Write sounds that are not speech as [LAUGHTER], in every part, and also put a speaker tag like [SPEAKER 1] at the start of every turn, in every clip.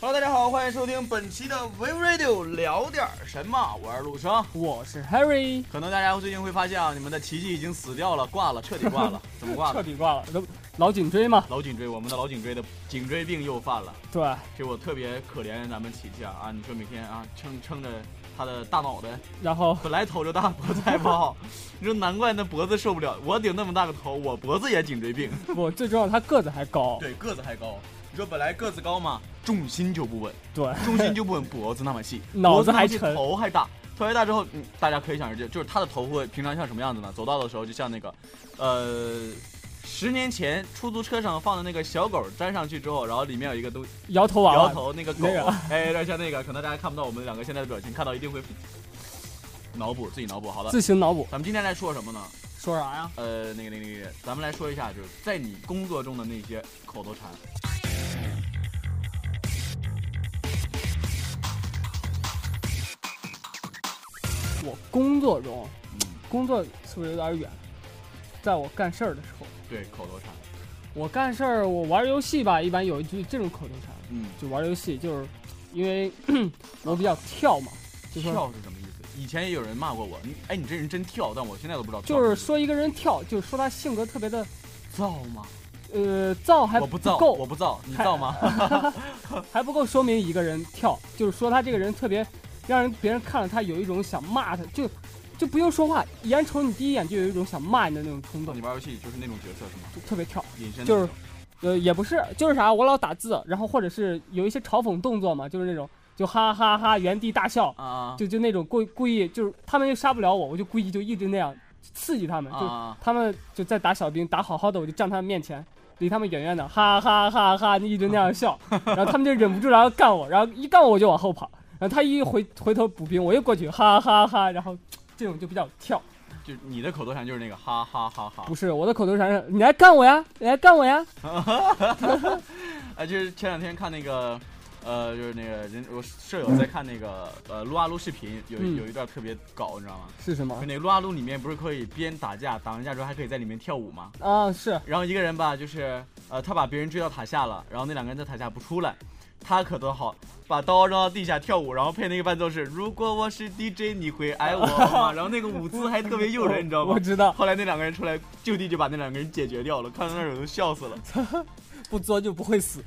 [SPEAKER 1] Hello，大家好，欢迎收听本期的 We Radio 聊点什么，我是陆生。
[SPEAKER 2] 我是 Harry，
[SPEAKER 1] 可能大家最近会发现啊，你们的奇迹已经死掉了，挂了，彻底 [LAUGHS] 挂了，怎么挂
[SPEAKER 2] 彻
[SPEAKER 1] 的？
[SPEAKER 2] 底挂了，都老颈椎嘛，
[SPEAKER 1] 老颈椎，我们的老颈椎的颈椎病又犯了，
[SPEAKER 2] 对，
[SPEAKER 1] 这我特别可怜咱们琪琪啊啊！你说每天啊撑撑着他的大脑袋，
[SPEAKER 2] 然后
[SPEAKER 1] 本来头就大，脖子还不 [LAUGHS] 好，你说难怪那脖子受不了，我顶那么大个头，我脖子也颈椎病。
[SPEAKER 2] 我最重要他个子还高，
[SPEAKER 1] 对，个子还高。你说本来个子高嘛，重心就不稳，
[SPEAKER 2] 对，
[SPEAKER 1] 重心就不稳，脖子那么细，
[SPEAKER 2] [LAUGHS] 脑子还
[SPEAKER 1] 脖那么
[SPEAKER 2] 沉
[SPEAKER 1] 细头还大，头还大之后，嗯，大家可以想而知，就是他的头会平常像什么样子呢？走道的时候就像那个，呃，十年前出租车上放的那个小狗粘上去之后，然后里面有一个东
[SPEAKER 2] 摇头娃
[SPEAKER 1] 摇
[SPEAKER 2] 娃，
[SPEAKER 1] 头那个狗，
[SPEAKER 2] 那个
[SPEAKER 1] [LAUGHS] 哎，有点像那个，可能大家看不到我们两个现在的表情，看到一定会脑补自己脑补。好了，
[SPEAKER 2] 自行脑补，
[SPEAKER 1] 咱们今天来说什么呢？
[SPEAKER 2] 说啥呀？
[SPEAKER 1] 呃，那个那个那个，咱们来说一下，就是在你工作中的那些口头禅。
[SPEAKER 2] 我工作中，
[SPEAKER 1] 嗯。
[SPEAKER 2] 工作是不是有点远？在我干事儿的时候，
[SPEAKER 1] 对，口头禅。
[SPEAKER 2] 我干事儿，我玩游戏吧，一般有一句这种口头禅，
[SPEAKER 1] 嗯，
[SPEAKER 2] 就玩游戏，就是
[SPEAKER 1] [COUGHS]
[SPEAKER 2] 因为我比较跳嘛，就说
[SPEAKER 1] 跳是什么意思？以前也有人骂过我，你哎，你这人真跳，但我现在都不知道跳
[SPEAKER 2] 就是
[SPEAKER 1] 什
[SPEAKER 2] 说一个人跳，就是说他性格特别的，
[SPEAKER 1] 么造吗？
[SPEAKER 2] 呃，燥还
[SPEAKER 1] 我不造，
[SPEAKER 2] 够
[SPEAKER 1] 我，不造，你造吗？
[SPEAKER 2] 还不够说明一个人跳，就是说他这个人特别让人别人看了他有一种想骂他，就就不用说话，眼瞅你第一眼就有一种想骂你的那种冲动
[SPEAKER 1] [LAUGHS] 你，玩游戏就是那种角色是吗？
[SPEAKER 2] 就特别跳。
[SPEAKER 1] 隐身的
[SPEAKER 2] 就是
[SPEAKER 1] 那种
[SPEAKER 2] 呃，也不是，就是啥，我老打字，然后或者是有一些嘲讽动作嘛，就是那种就哈哈哈原地大笑，
[SPEAKER 1] 啊啊
[SPEAKER 2] 就就那种故故意就是他们又杀不了我，我就故意就一直那样刺激他们，
[SPEAKER 1] 啊
[SPEAKER 2] 就
[SPEAKER 1] 啊！
[SPEAKER 2] 他们就在打小兵，打好好的，我就站他们面前，离他们远远的，哈哈哈哈，一直那样笑， [LAUGHS] 然后他们就忍不住，然后干我，然后一干我我就往后跑，然后他一回 [LAUGHS] 回头补兵，我又过去，哈哈哈然后这种就比较跳，
[SPEAKER 1] 就你的口头禅就是那个哈哈哈哈
[SPEAKER 2] 不。是我的口头禅是你来干我呀，你来干我呀，
[SPEAKER 1] 哎，就是前两天看那个。呃，就是那个人，我舍友在看那个呃撸啊撸视频，有
[SPEAKER 2] 嗯
[SPEAKER 1] 有一段特别搞，你知道吗？
[SPEAKER 2] 是什么
[SPEAKER 1] 就？那个撸啊撸里面不是可以边打架，打完架之后还可以在里面跳舞吗？
[SPEAKER 2] 啊，是
[SPEAKER 1] 然后一个人吧，就是呃，他把别人追到塔下了，然后那两个人在塔下不出来，他可多好，把刀扔到地下跳舞，然后配那个伴奏是“如果我是 DJ，你会爱我吗？”然后那个舞姿还特别诱人，你知道吗
[SPEAKER 2] 我？知道，
[SPEAKER 1] 后来那两个人出来就地就把那两个人解决掉了，看到那儿我都笑死了。
[SPEAKER 2] 不作就不会死。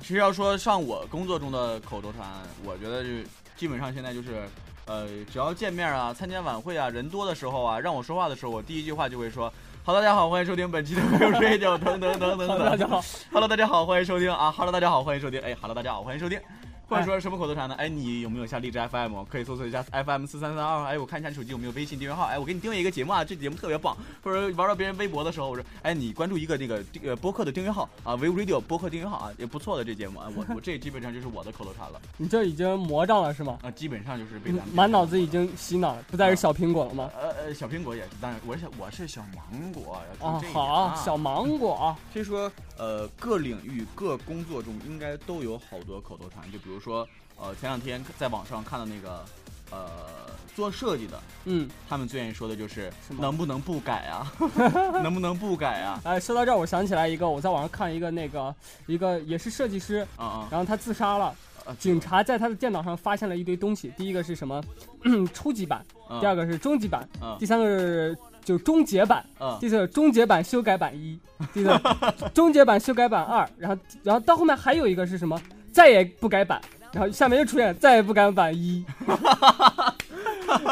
[SPEAKER 1] 其实要说上我工作中的口头禅，我觉得就基本上现在就是，呃，只要见面啊、参加晚会啊、人多的时候啊，让我说话的时候，我第一句话就会说：“好，大家好，欢迎收听本期的 Will Radio 等等等等
[SPEAKER 2] 好，
[SPEAKER 1] 等。”
[SPEAKER 2] 大家
[SPEAKER 1] [LAUGHS]
[SPEAKER 2] 好，
[SPEAKER 1] Hello，大家好，欢迎收听啊！Hello，大家好，欢迎收听。哎，Hello，大家好，欢迎收听。或者说什么口头禅呢？哎，你有没有下荔枝 FM？可以搜索一下 FM 四三三二。哎，我看一下你手机有没有微信订阅号。哎，我给你订阅一个节目啊，这节目特别棒。或者玩到别人微博的时候，我说，哎，你关注一个那个呃播客的订阅号啊，We Radio 播客订阅号啊，也不错的这节目
[SPEAKER 2] [LAUGHS]
[SPEAKER 1] 啊。我我这基本上就是我的口头禅了
[SPEAKER 2] 你这已经魔障了是吗？
[SPEAKER 1] 啊，基本上就是被咱们
[SPEAKER 2] 嗯满脑子已经洗脑了，不再是小苹果了吗？
[SPEAKER 1] 呃呃小苹果也是，当然我是小我是小芒果要注
[SPEAKER 2] 啊
[SPEAKER 1] 意这，一点
[SPEAKER 2] 好，小芒果啊，
[SPEAKER 1] 所以说，呃，各领域、各工作中应该都有好多口头禅。就比如说，呃，前两天在网上看到那个，呃，做设计的，
[SPEAKER 2] 嗯，
[SPEAKER 1] 他们最愿意说的就是
[SPEAKER 2] 什么
[SPEAKER 1] 能不能不改
[SPEAKER 2] [LAUGHS]
[SPEAKER 1] 啊，能不能不改啊，
[SPEAKER 2] 哎，说到这儿，我想起来一个，我在网上看一个那个一个也是设计师，
[SPEAKER 1] 啊啊
[SPEAKER 2] [LAUGHS] 然后他自杀了，
[SPEAKER 1] 啊！
[SPEAKER 2] 警察在他的电脑上发现了一堆东西，第一个是什么？ [CLEARS THROAT] 初级版，
[SPEAKER 1] 嗯
[SPEAKER 2] 第二，个是中级版，
[SPEAKER 1] 嗯
[SPEAKER 2] 第三个是就终结版，
[SPEAKER 1] 嗯
[SPEAKER 2] 第四个终结版修改版一，第四个终结版修改版二，然后然后到后面还有一个是什么？再也不改版，然后下面又出现再也不改
[SPEAKER 1] [LAUGHS]
[SPEAKER 2] 版一，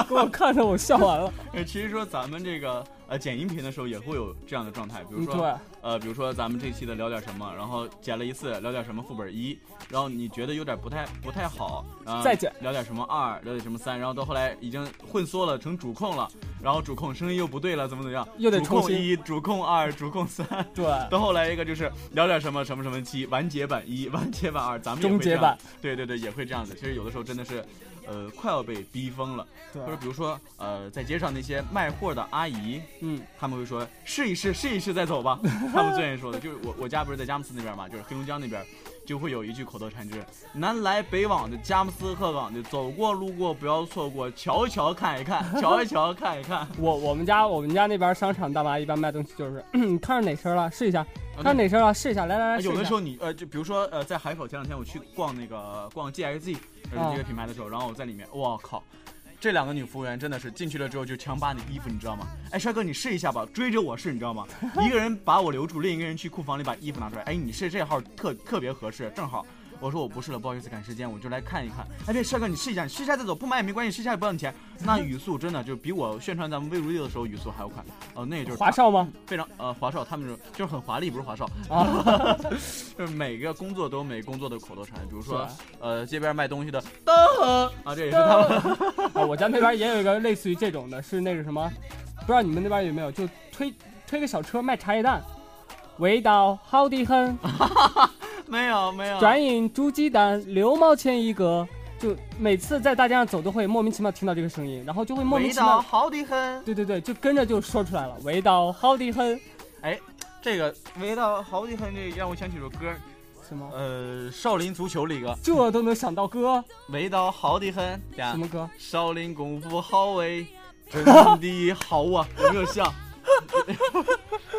[SPEAKER 2] 给我看的我笑完了，
[SPEAKER 1] 呃，其实说咱们这个呃剪音频的时候也会有这样的状态，比如
[SPEAKER 2] 嗯，
[SPEAKER 1] 说
[SPEAKER 2] 对。
[SPEAKER 1] 呃，比如说咱们这期的聊点什么，然后剪了一次聊点什么副本一，然后你觉得有点不太不太好，然后
[SPEAKER 2] 再剪
[SPEAKER 1] 聊点什么二，聊点什么三，然后到后来已经混缩了成主控了，然后主控声音又不对了，怎么怎么样，
[SPEAKER 2] 又得
[SPEAKER 1] 主
[SPEAKER 2] 重
[SPEAKER 1] 控
[SPEAKER 2] 新
[SPEAKER 1] 一、主控二、主控三，
[SPEAKER 2] 对，
[SPEAKER 1] 到后来一个就是聊点什么什么什么七，完结版一、完结版二，咱们也
[SPEAKER 2] 终
[SPEAKER 1] 会这
[SPEAKER 2] 结
[SPEAKER 1] 样
[SPEAKER 2] 版，
[SPEAKER 1] 对对对，也会这样子。其实有的时候真的是，呃快要被逼疯了，
[SPEAKER 2] 对
[SPEAKER 1] 或，者比如说呃在街上那些卖货的阿姨，
[SPEAKER 2] 嗯，
[SPEAKER 1] 他们会说试一试，试一试再走吧。 [LAUGHS] 他们最愿意说的就是我我家不是在佳木斯那边嘛，就是黑龙江那边，就会有一句口头禅，就是南来北往的佳木斯鹤岗的，走过路过不要错过，瞧一瞧看一看， [LAUGHS] 瞧一瞧看一看。啊
[SPEAKER 2] 我我们家我们家那边商场大妈一般卖东西就是， [CLEARS THROAT] 你看上哪身了试一下，看
[SPEAKER 1] 啊对
[SPEAKER 2] 上哪身了试一下，来来来，
[SPEAKER 1] 有的时
[SPEAKER 2] 候
[SPEAKER 1] 候你呃，就比如说呃，在海口前两天我去逛那个逛 GXZ 呃
[SPEAKER 2] 啊
[SPEAKER 1] 这个品牌的时候，然后我在里面，我靠，这两个女服务员真的是进去了之后就强扒你衣服，你知道吗？哎，帅哥你试一下吧，追着我试，你知道吗？一个人把我留住，另一个人去库房里把衣服拿出来，哎，你试这号特特别合适，正好。我说我不试了，不好意思赶时间，我就来看一看。哎，对，帅哥你试一下，你试一下再走，不买也没关系，试一下也不要你钱。那语速真的就比我宣传咱们微如意的时候语速还要快，哦、那也就是
[SPEAKER 2] [LAUGHS] 华少吗？
[SPEAKER 1] 非常呃华少，他们就是就是很华丽，不是华少，
[SPEAKER 2] 啊， [LAUGHS]
[SPEAKER 1] 就是每个工作都有每个工作的口头禅，比如
[SPEAKER 2] 是
[SPEAKER 1] 说
[SPEAKER 2] 吧
[SPEAKER 1] 呃街边卖东
[SPEAKER 2] [LAUGHS]
[SPEAKER 1] 西的的啊，这也是他们
[SPEAKER 2] 啊，我家那边也有一个类似于这种的，是那个什么，不知道你们那边有没有，就推推个小车卖茶叶蛋，味道好的很，
[SPEAKER 1] [LAUGHS] 没有没有，
[SPEAKER 2] 转眼猪鸡蛋六毛钱一个。就每次在大街上走都会莫名其妙听到这个声音，然后就会莫名
[SPEAKER 1] 味
[SPEAKER 2] 其
[SPEAKER 1] 道
[SPEAKER 2] 妙，
[SPEAKER 1] 好的很，
[SPEAKER 2] 对对对，就跟着就说出来了，味道好的很，
[SPEAKER 1] 这个味道好的很，这让我想起首歌，
[SPEAKER 2] 什么
[SPEAKER 1] 呃少林足球里个
[SPEAKER 2] 这都能想到歌，
[SPEAKER 1] 味道好的很，对啊
[SPEAKER 2] 什么歌？
[SPEAKER 1] 少林功夫好
[SPEAKER 2] [LAUGHS]
[SPEAKER 1] 哎，真的好啊，有没有像？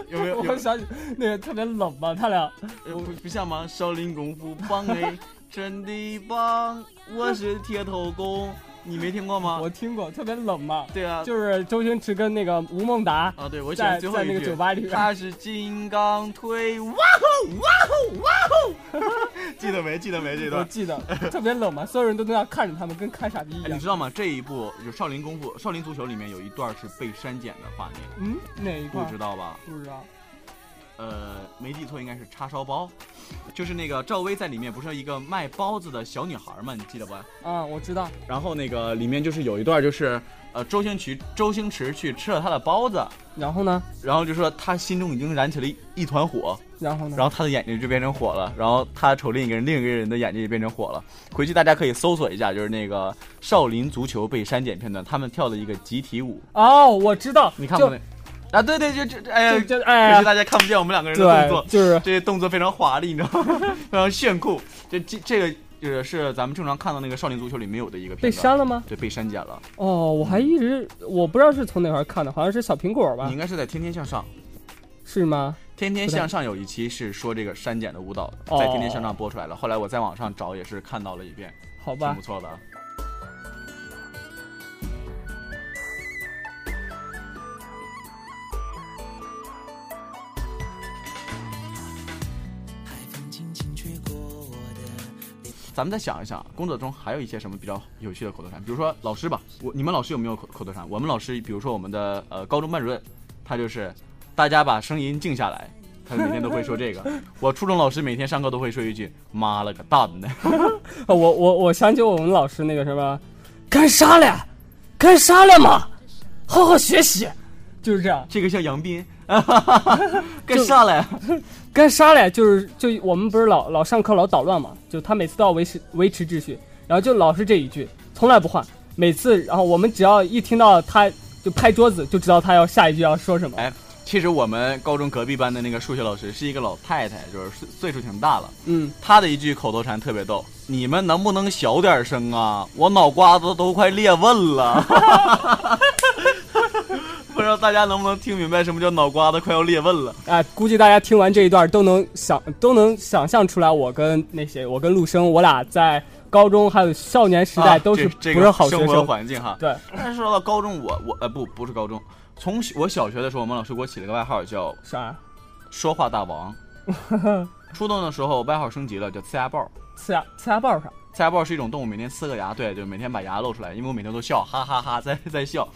[SPEAKER 1] 有没有
[SPEAKER 2] [LAUGHS] 我
[SPEAKER 1] 有
[SPEAKER 2] 会想起那个特别冷嘛，他俩
[SPEAKER 1] 呃不不像吗？少林功夫棒
[SPEAKER 2] [LAUGHS]
[SPEAKER 1] 哎，真的棒！我是铁头功，你没听过吗？
[SPEAKER 2] 我听过，特别冷嘛，
[SPEAKER 1] 对啊，
[SPEAKER 2] 就是周星驰跟那个吴孟达
[SPEAKER 1] 啊对，我喜欢
[SPEAKER 2] 在
[SPEAKER 1] 最后
[SPEAKER 2] 在那
[SPEAKER 1] 一
[SPEAKER 2] 个酒
[SPEAKER 1] 句。
[SPEAKER 2] 吧里面，
[SPEAKER 1] 他是金刚腿，哇吼哇吼哇吼！ [LAUGHS] 记得没？记得没？这
[SPEAKER 2] 我
[SPEAKER 1] 段。
[SPEAKER 2] 记得特别冷嘛，所有人都那样看着他们，跟看傻逼一
[SPEAKER 1] 哎，你
[SPEAKER 2] 样。
[SPEAKER 1] 知道吗？这一部就《少林功夫》《少林足球》里面有一段是被删减的画面，
[SPEAKER 2] 嗯，哪一块
[SPEAKER 1] 不
[SPEAKER 2] 儿？
[SPEAKER 1] 知道吧？
[SPEAKER 2] 不知道。
[SPEAKER 1] 呃，没记错应该是叉烧包，就是那个赵薇在里面不是一个卖包子的小女孩吗？你记得不？
[SPEAKER 2] 啊，我知道。
[SPEAKER 1] 然后那个里面就是有一段就是，呃，周星驰周星驰去吃了他的包子，
[SPEAKER 2] 然后呢？
[SPEAKER 1] 然后就说他心中已经燃起了一一团火，
[SPEAKER 2] 然后呢？
[SPEAKER 1] 然后他的眼睛就变成火了，然后他瞅另一个人，另一个人的眼睛也变成火了。回去大家可以搜索一下，就是那个少林足球被删减片段，他们跳的一个集体舞，
[SPEAKER 2] 哦，我知道。
[SPEAKER 1] 你看
[SPEAKER 2] 就
[SPEAKER 1] 过没？啊，对对，就这这，哎呀，
[SPEAKER 2] 就就哎
[SPEAKER 1] 可惜
[SPEAKER 2] 呀，
[SPEAKER 1] 大家看不见我们两个人的动作
[SPEAKER 2] 对，，就是
[SPEAKER 1] 这些动作非常华丽，你知道吗？
[SPEAKER 2] [LAUGHS]
[SPEAKER 1] 非常炫酷。这这这个就是是咱们正常看到那个少林足球里没有的一个
[SPEAKER 2] 被
[SPEAKER 1] 片段，
[SPEAKER 2] 删了吗？
[SPEAKER 1] 对，被删减了。
[SPEAKER 2] 哦，我还一直我不知道是从哪块儿看的，好像是小苹果
[SPEAKER 1] 你
[SPEAKER 2] 吧
[SPEAKER 1] 应？该是在《天天向上》。
[SPEAKER 2] 是吗？
[SPEAKER 1] 天天向上有一期是说这个删减的舞蹈，
[SPEAKER 2] 哦
[SPEAKER 1] 在天天向上播出来了。后来我在网上找也是看到了一遍，
[SPEAKER 2] 好
[SPEAKER 1] 挺
[SPEAKER 2] 吧
[SPEAKER 1] 不，错的。啊
[SPEAKER 3] 海风轻轻吹过我的
[SPEAKER 1] 咱们再想一想，工作中还有一些什么比较有趣的口头禅，比如说老师吧，我你们老师有没有口口头禅？我们老师，比如说我们的呃高中班主任，他就是大家把声音静下来，他每天都会说这个。我初中老师每天上课都会说一句“妈了个蛋的
[SPEAKER 2] 啊，我我我想起我们老师那个什么，干啥嘞？干啥嘞嘛？好好学习，就是这样”，。
[SPEAKER 1] 这个像杨斌， [LAUGHS] 干啥嘞？
[SPEAKER 2] 干啥嘞？就是就我们不是老老上课老捣乱嘛，就他每次都要维持维持秩序，然后就老是这一句，从来不换。每次，然后我们只要一听到他就拍桌子，就知道他要下一句要说什么。
[SPEAKER 1] 哎其实我们高中隔壁班的那个数学老师是一个老太太，就是岁岁数挺大了。
[SPEAKER 2] 嗯，
[SPEAKER 1] 他的一句口头禅特别逗：“你们能不能小点声啊？我脑瓜子都快裂问了。” [LAUGHS] 不知道大家能不能听明白什么叫脑瓜子快要裂问了？
[SPEAKER 2] 啊、估计大家听完这一段都能想都能想象出来，我跟那些我跟陆生，我俩在高中还有少年时代
[SPEAKER 1] 啊
[SPEAKER 2] 都是、
[SPEAKER 1] 这这
[SPEAKER 2] 不是
[SPEAKER 1] 个
[SPEAKER 2] 好学
[SPEAKER 1] 生活
[SPEAKER 2] 生。
[SPEAKER 1] 环境哈。
[SPEAKER 2] 对，
[SPEAKER 1] 但是说到高中我，我呃不不是高中，从小我小学的时候，我们老师给我起了个外号叫
[SPEAKER 2] 啥？
[SPEAKER 1] “说话大王” 。初中的时候，外号升级了，叫“呲牙豹”。
[SPEAKER 2] 呲牙呲牙爆啥？
[SPEAKER 1] 呲牙豹是一种动物，每天呲个牙，对，就每天把牙露出来，因为我每天都笑，哈哈哈在在笑。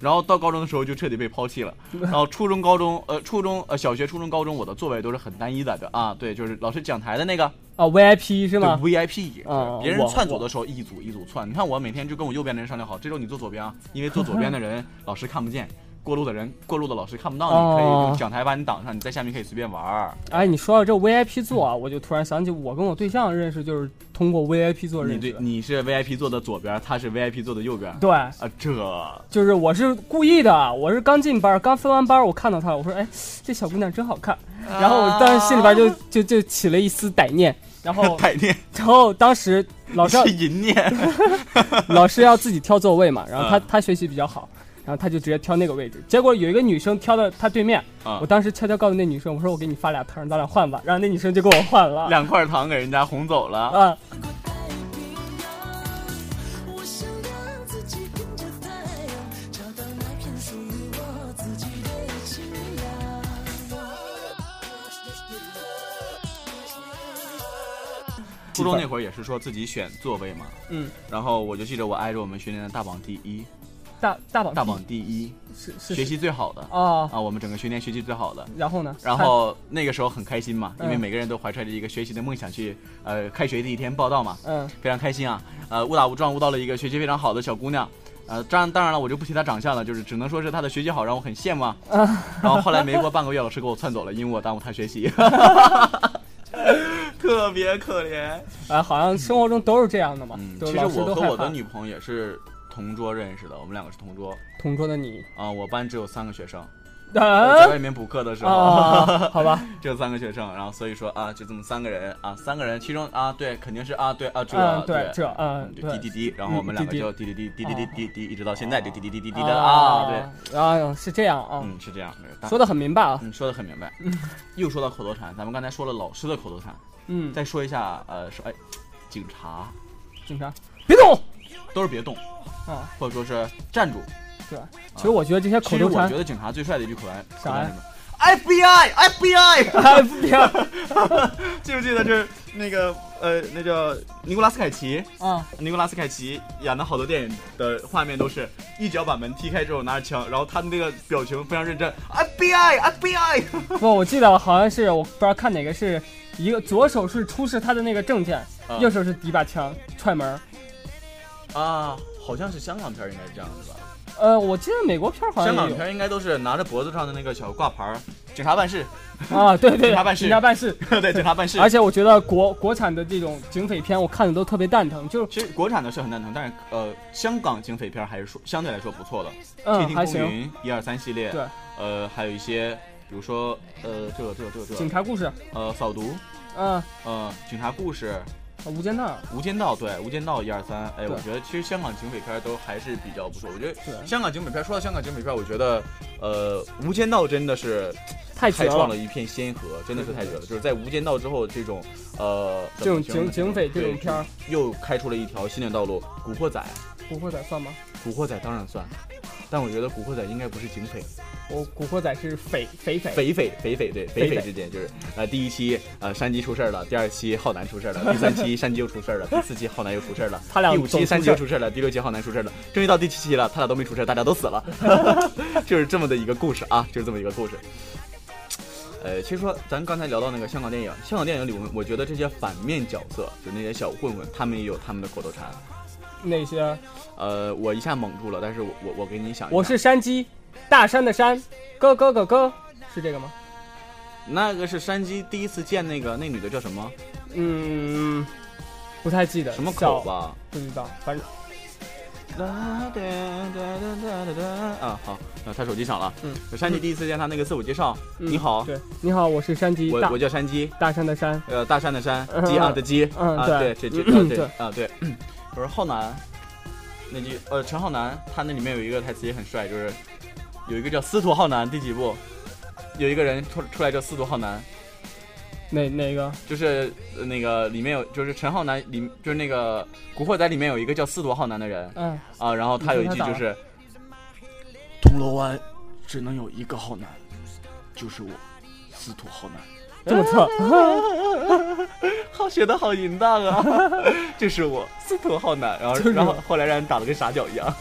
[SPEAKER 1] 然后到高中的时候就彻底被抛
[SPEAKER 2] [LAUGHS]
[SPEAKER 1] 弃了，然后初中、高中，呃，初中、呃，小学、初中、高中，我的座位都是很单一的，对啊，对，就是老师讲台的那个，
[SPEAKER 2] 啊，VIP
[SPEAKER 1] 对
[SPEAKER 2] 是吗？
[SPEAKER 1] ，VIP，、
[SPEAKER 2] 啊
[SPEAKER 1] 别人
[SPEAKER 2] 我
[SPEAKER 1] 窜组的时候一
[SPEAKER 2] [LAUGHS]
[SPEAKER 1] 组一组窜，你看我每天就跟我右边的人商量好，这周你坐左边啊，因为坐左边的人老师看不见，过路的人、过路的老师看不到
[SPEAKER 2] 哦
[SPEAKER 1] 你，可以用讲台把你挡上，你在下面可以随便玩儿。
[SPEAKER 2] 哎，你说到这 VIP 座啊，我就突然想起我跟我对象认识就是通过 VIP 座
[SPEAKER 1] 你
[SPEAKER 2] 认识
[SPEAKER 1] 对
[SPEAKER 2] 的。
[SPEAKER 1] 你是 VIP 座的左边，他是 VIP 座的右边。
[SPEAKER 2] 对，
[SPEAKER 1] 啊，这
[SPEAKER 2] 就是我是故意的，啊我是刚进班，刚分完班，我看到她，我说，哎，这小姑娘真好看，
[SPEAKER 1] 啊
[SPEAKER 2] 然后我当时心里边就就就起了一丝歹念，然
[SPEAKER 1] [LAUGHS]
[SPEAKER 2] 后
[SPEAKER 1] 歹念
[SPEAKER 2] 然后当时老师
[SPEAKER 1] [LAUGHS]
[SPEAKER 2] 要
[SPEAKER 1] 是淫念，
[SPEAKER 2] 老师要自己挑座位嘛，然后他
[SPEAKER 1] 嗯
[SPEAKER 2] 他学习比较好，然后他就直接挑那个位置。结果有一个女生挑到他对面，
[SPEAKER 1] 啊
[SPEAKER 2] 我当时悄悄告诉那女生，我说我给你发俩汤，咱俩换吧。然后那女生就给我换了。
[SPEAKER 1] 两块糖给人家哄走了。
[SPEAKER 2] 啊，
[SPEAKER 3] 跨过太平洋，我想让自己跟着太阳，找到那片属于我自己的晴朗。
[SPEAKER 1] 初中那会儿也是说自己选座位嘛，
[SPEAKER 2] 嗯，
[SPEAKER 1] 然后我就记得我挨着我们学年的大榜第一，
[SPEAKER 2] 大大宝
[SPEAKER 1] 大榜第一，
[SPEAKER 2] 是嗯是
[SPEAKER 1] 学习最好的
[SPEAKER 2] 啊，
[SPEAKER 1] 啊，我们整个学年学习最好的。
[SPEAKER 2] 然后呢？
[SPEAKER 1] 然后那个时候很开心嘛，
[SPEAKER 2] 嗯
[SPEAKER 1] 因为每个人都怀揣着一个学习的梦想去，呃，开学第一天报到嘛，
[SPEAKER 2] 他嗯
[SPEAKER 1] 非常开心啊。呃，误打误撞误到了一个学习非常好的小姑娘，呃，当然当然了，我就不提她长相了，就是只能说是她的学习好让我很羡慕
[SPEAKER 2] [LAUGHS]
[SPEAKER 1] 啊。
[SPEAKER 2] 嗯
[SPEAKER 1] 然后后来没过半个月，老师给我窜走了，因为我耽误她学
[SPEAKER 2] [LAUGHS]
[SPEAKER 1] 习，特别可怜。
[SPEAKER 2] 啊，好像生活中都是这样的嘛
[SPEAKER 1] 嗯，，
[SPEAKER 2] 就
[SPEAKER 1] 其
[SPEAKER 2] 是
[SPEAKER 1] 实
[SPEAKER 2] 老师
[SPEAKER 1] 我
[SPEAKER 2] 都
[SPEAKER 1] 和
[SPEAKER 2] 害
[SPEAKER 1] 我的
[SPEAKER 2] 怕。
[SPEAKER 1] 女朋友也是同桌认识的，我们两个是同桌
[SPEAKER 2] 同桌的你
[SPEAKER 1] 啊、我班只有三个学生， [LAUGHS] 我在
[SPEAKER 2] 啊
[SPEAKER 1] 外面补课的时候。 [LAUGHS]
[SPEAKER 2] 啊，好吧，
[SPEAKER 1] 这三个学生，然后所以说啊，就这么三个人啊，三个人，其中啊，对，肯定是啊，对啊，这、
[SPEAKER 2] 嗯
[SPEAKER 1] 对
[SPEAKER 2] 对这嗯
[SPEAKER 1] 对滴滴
[SPEAKER 2] 对
[SPEAKER 1] 滴，然后我们两个就滴滴滴滴滴滴滴滴，一直到现在就滴滴滴滴滴的啊，对，
[SPEAKER 2] 对啊是这样啊，
[SPEAKER 1] 嗯，是这样，对
[SPEAKER 2] 说的很明白啊，
[SPEAKER 1] 嗯说的很 [LAUGHS] 明白，又说到口头禅，咱们刚才说了老师的口头禅，
[SPEAKER 2] 嗯，
[SPEAKER 1] 再说一下呃，说哎，警察
[SPEAKER 2] 警察别动
[SPEAKER 1] 都是别动，
[SPEAKER 2] 啊，
[SPEAKER 1] 或者说是站住。
[SPEAKER 2] 对，其实我觉得这些口
[SPEAKER 1] 嗯啊其实
[SPEAKER 2] 头
[SPEAKER 1] 我
[SPEAKER 2] 禅
[SPEAKER 1] 觉得警察最帅的一句口头禅，口头
[SPEAKER 2] 啥呀
[SPEAKER 1] 禅是什么？FBI FBI， [LAUGHS]
[SPEAKER 2] 哎，不要
[SPEAKER 1] 记不记得就是那个呃，那叫尼古拉斯凯奇？
[SPEAKER 2] 啊！
[SPEAKER 1] 尼古拉斯凯奇演的好多电影的画面都是一脚把门踢开之后拿着枪，然后他那个表情非常认真，FBI FBI，
[SPEAKER 2] 不，我记得好像是我不知道看哪个是一个左手是出示他的那个证件，
[SPEAKER 1] 啊
[SPEAKER 2] 右手是抵把枪踹门儿。
[SPEAKER 1] 啊，好像是香港片儿应该是这样子吧？
[SPEAKER 2] 呃，我记得美国片儿好像
[SPEAKER 1] 香港
[SPEAKER 2] 也有
[SPEAKER 1] 片儿应该都是拿着脖子上的那个小挂牌儿，警察办事，
[SPEAKER 2] 啊，对
[SPEAKER 1] [LAUGHS]
[SPEAKER 2] 对，
[SPEAKER 1] 警察办事
[SPEAKER 2] 警察办事。
[SPEAKER 1] [LAUGHS] 对，警察办事
[SPEAKER 2] 而。且我觉得国国产的这种警匪片，我看的都特别蛋疼，就是
[SPEAKER 1] 其实国产的是很蛋疼，但是呃，香港警匪片儿还是说相对来说不错的，窃
[SPEAKER 2] 嗯
[SPEAKER 1] 听
[SPEAKER 2] 还
[SPEAKER 1] 风
[SPEAKER 2] 行。
[SPEAKER 1] 云》一二三系列，
[SPEAKER 2] 对，
[SPEAKER 1] 呃，还有一些比如说呃，这个这个这个这
[SPEAKER 2] 警
[SPEAKER 1] 个，
[SPEAKER 2] 察故事，
[SPEAKER 1] 呃，扫毒，
[SPEAKER 2] 嗯，
[SPEAKER 1] 呃，警察故事，
[SPEAKER 2] 无间道，
[SPEAKER 1] 《无间道》对，《无间道》一二三，哎，
[SPEAKER 2] 对
[SPEAKER 1] 我觉得其实香港警匪片都还是比较不错。我觉
[SPEAKER 2] 对
[SPEAKER 1] 得香港警匪片，说到香港警匪片，我觉得，呃，《无间道》真的是
[SPEAKER 2] 太绝
[SPEAKER 1] 开创
[SPEAKER 2] 了
[SPEAKER 1] 了。一片先河，真的是太绝了。就是在《无间道》之后，这种呃
[SPEAKER 2] 这种
[SPEAKER 1] 怎么形容
[SPEAKER 2] 警
[SPEAKER 1] 呢
[SPEAKER 2] 警匪这
[SPEAKER 1] 对
[SPEAKER 2] 种片儿，
[SPEAKER 1] 又开出了一条新的道路。《古惑仔》，
[SPEAKER 2] 古惑仔算吗？
[SPEAKER 1] 《古惑仔》当然算，但我觉得《古惑仔》应该不是警匪，
[SPEAKER 2] 我古惑仔是匪匪匪。
[SPEAKER 1] 匪匪匪匪对
[SPEAKER 2] 匪
[SPEAKER 1] 匪
[SPEAKER 2] 匪
[SPEAKER 1] 匪之间就是呃第一期呃山鸡出事儿了，第二期浩南出事儿
[SPEAKER 2] [LAUGHS]
[SPEAKER 1] 了，第三期山鸡又出事儿了，第四期浩南又出事儿了，
[SPEAKER 2] 他俩
[SPEAKER 1] 第五
[SPEAKER 2] 总
[SPEAKER 1] 期
[SPEAKER 2] 出
[SPEAKER 1] 山鸡
[SPEAKER 2] 事儿
[SPEAKER 1] 又出事儿了，第六期浩南出事儿了，终于到第七期了，他俩都没出事儿，大家都死了， [LAUGHS] 就是这么的一个故事啊，就是这么一个故事。呃，其实说咱刚才聊到那个香港电影，香港电影里我们我觉得这些反面角色，就那些小混混，他们也有他们的口头禅。
[SPEAKER 2] 那些
[SPEAKER 1] 呃，我一下蒙住了，但是我我我给你想一下，
[SPEAKER 2] 我是山鸡，大山的山，哥哥哥哥，是这个吗？
[SPEAKER 1] 那个是山鸡第一次见那个那女的叫什么
[SPEAKER 2] 嗯，不太记得
[SPEAKER 1] 什么
[SPEAKER 2] 小
[SPEAKER 1] 口吧？
[SPEAKER 2] 不知道，反正
[SPEAKER 1] 哒哒哒哒哒哒哒啊，好，那他手机响了。
[SPEAKER 2] 嗯，
[SPEAKER 1] 山鸡第一次见他那个自我介绍，
[SPEAKER 2] 嗯
[SPEAKER 1] 你好，
[SPEAKER 2] 对，你好，我是山鸡
[SPEAKER 1] 我
[SPEAKER 2] 大
[SPEAKER 1] 我叫山鸡，
[SPEAKER 2] 大山的山，
[SPEAKER 1] 呃，大山的山
[SPEAKER 2] 嗯，
[SPEAKER 1] 鸡啊的鸡，
[SPEAKER 2] 嗯
[SPEAKER 1] 啊，对，
[SPEAKER 2] 对
[SPEAKER 1] 这这
[SPEAKER 2] 嗯
[SPEAKER 1] 啊
[SPEAKER 2] 对
[SPEAKER 1] 对啊对，我说浩南，那句呃陈浩南，他那里面有一个台词也很帅，就是有一个叫司徒浩南第几部，有一个人出出来叫司徒浩南，
[SPEAKER 2] 哪哪个？
[SPEAKER 1] 就是呃那个里面有就是陈浩南里就是那个古惑仔里面有一个叫司徒浩南的人
[SPEAKER 2] 嗯，
[SPEAKER 1] 啊，然后他有一
[SPEAKER 2] 你
[SPEAKER 1] 句
[SPEAKER 2] 说他
[SPEAKER 1] 就
[SPEAKER 2] 咋
[SPEAKER 1] 是铜锣湾只能有一个浩南，就是我。司徒浩南，
[SPEAKER 2] 这么错，
[SPEAKER 1] [LAUGHS] 好学的好淫荡啊！ [LAUGHS] 就是我司徒浩南，然后
[SPEAKER 2] 就是我
[SPEAKER 1] 然后后来让人打的跟傻屌一样。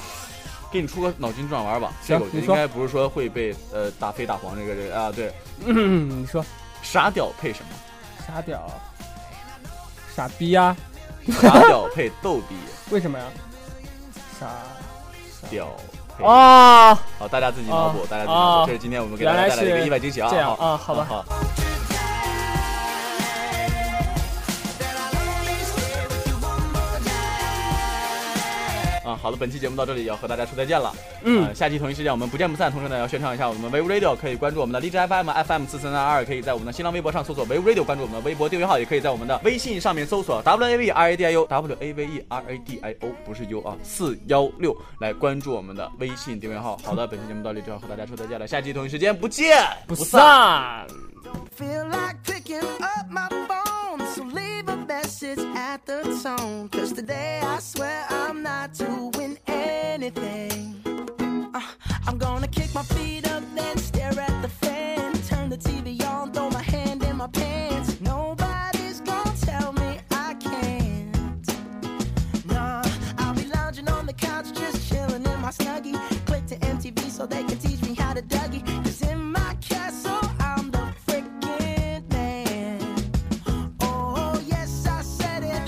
[SPEAKER 1] [LAUGHS] 给你出个脑筋转弯吧，这
[SPEAKER 2] 行
[SPEAKER 1] 个我觉得
[SPEAKER 2] 你
[SPEAKER 1] 应
[SPEAKER 2] 说
[SPEAKER 1] 该不是说会被呃打飞打黄这个人啊，对，
[SPEAKER 2] 嗯，你说
[SPEAKER 1] 傻屌配什么？
[SPEAKER 2] [LAUGHS] 傻屌，傻逼啊呀、
[SPEAKER 1] 傻屌配逗逼，
[SPEAKER 2] 为什么呀？傻
[SPEAKER 1] 屌黑。
[SPEAKER 2] 啊，
[SPEAKER 1] 好，大家自己脑补，
[SPEAKER 2] 啊
[SPEAKER 1] 大家自己脑补。
[SPEAKER 2] 啊
[SPEAKER 1] 这是今天我们给大家
[SPEAKER 2] 原来
[SPEAKER 1] 带来的一个
[SPEAKER 2] 是
[SPEAKER 1] 意外惊喜啊！
[SPEAKER 2] 这样
[SPEAKER 1] 好
[SPEAKER 2] 啊好吧
[SPEAKER 1] 好，啊，好了，本期节目到这里也要和大家说再见了。
[SPEAKER 2] 嗯
[SPEAKER 1] 呃，下期同一时间我们不见不散。同时呢，也要宣传一下我们 Wave Radio，可以关注我们的荔枝 FM FM 四三三二，可以在我们的新浪微博上搜索 Wave Radio，关注我们的微博订阅号，也可以在我们的微信上面搜索 W A V R A D I O W A V E R A D I O，不是 U 啊，四幺六来关注我们的微信订阅号。好的，本期节目到这里就要和大家说再见了，下期同一时间不见
[SPEAKER 2] 不散。
[SPEAKER 4] Feel like picking up my phone, so leave a message at the tone. Cause today I swear I'm not doing anything. Uh, I'm gonna kick my feet up, then stare at the fan. Turn the TV on, throw my hand in my pants. Nobody's gonna tell me I can't. Nah, I'll be lounging on the couch, just chilling in my snuggie. Click to MTV so they can teach me how to Dougie. Cause in my castle, I'm the freaking man. Oh, yes, I said it.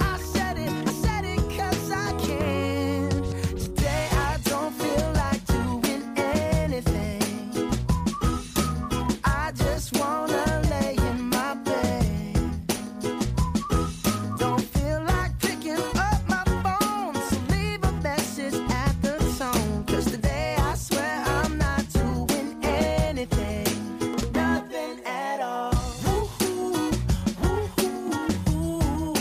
[SPEAKER 4] I said it. I said it cause I can. Today I don't feel like doing anything. I just wanna lay in my bed. Don't feel like picking up my phone, so leave a message at the tone. 'Cause today I swear I'm not doing anything, nothing at all. Woohoo, woohoo,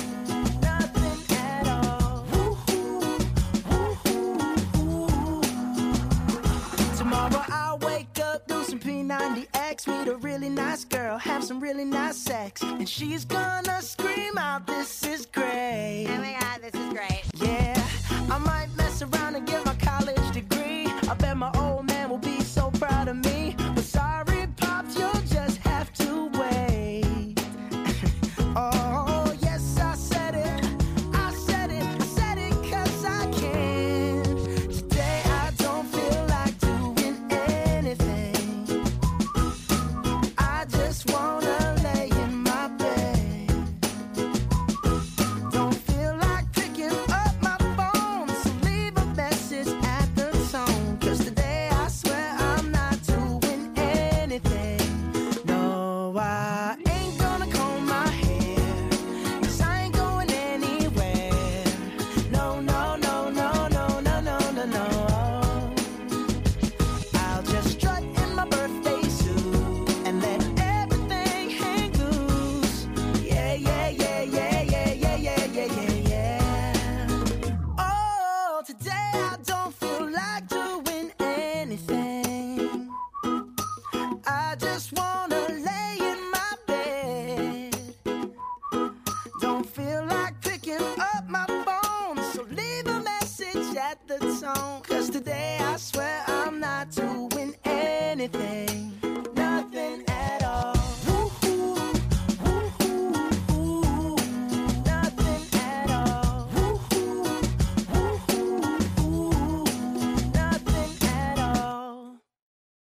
[SPEAKER 4] nothing at all. Woohoo, woohoo. Tomorrow I'll wake up, do some P90X, meet a really nice girl, have some really nice sex, and she's gonna scream out, "This is great!"
[SPEAKER 5] Oh my god, this is great.
[SPEAKER 4] Yeah, I might mess around and get my college degree. I bet my Oh, Oh,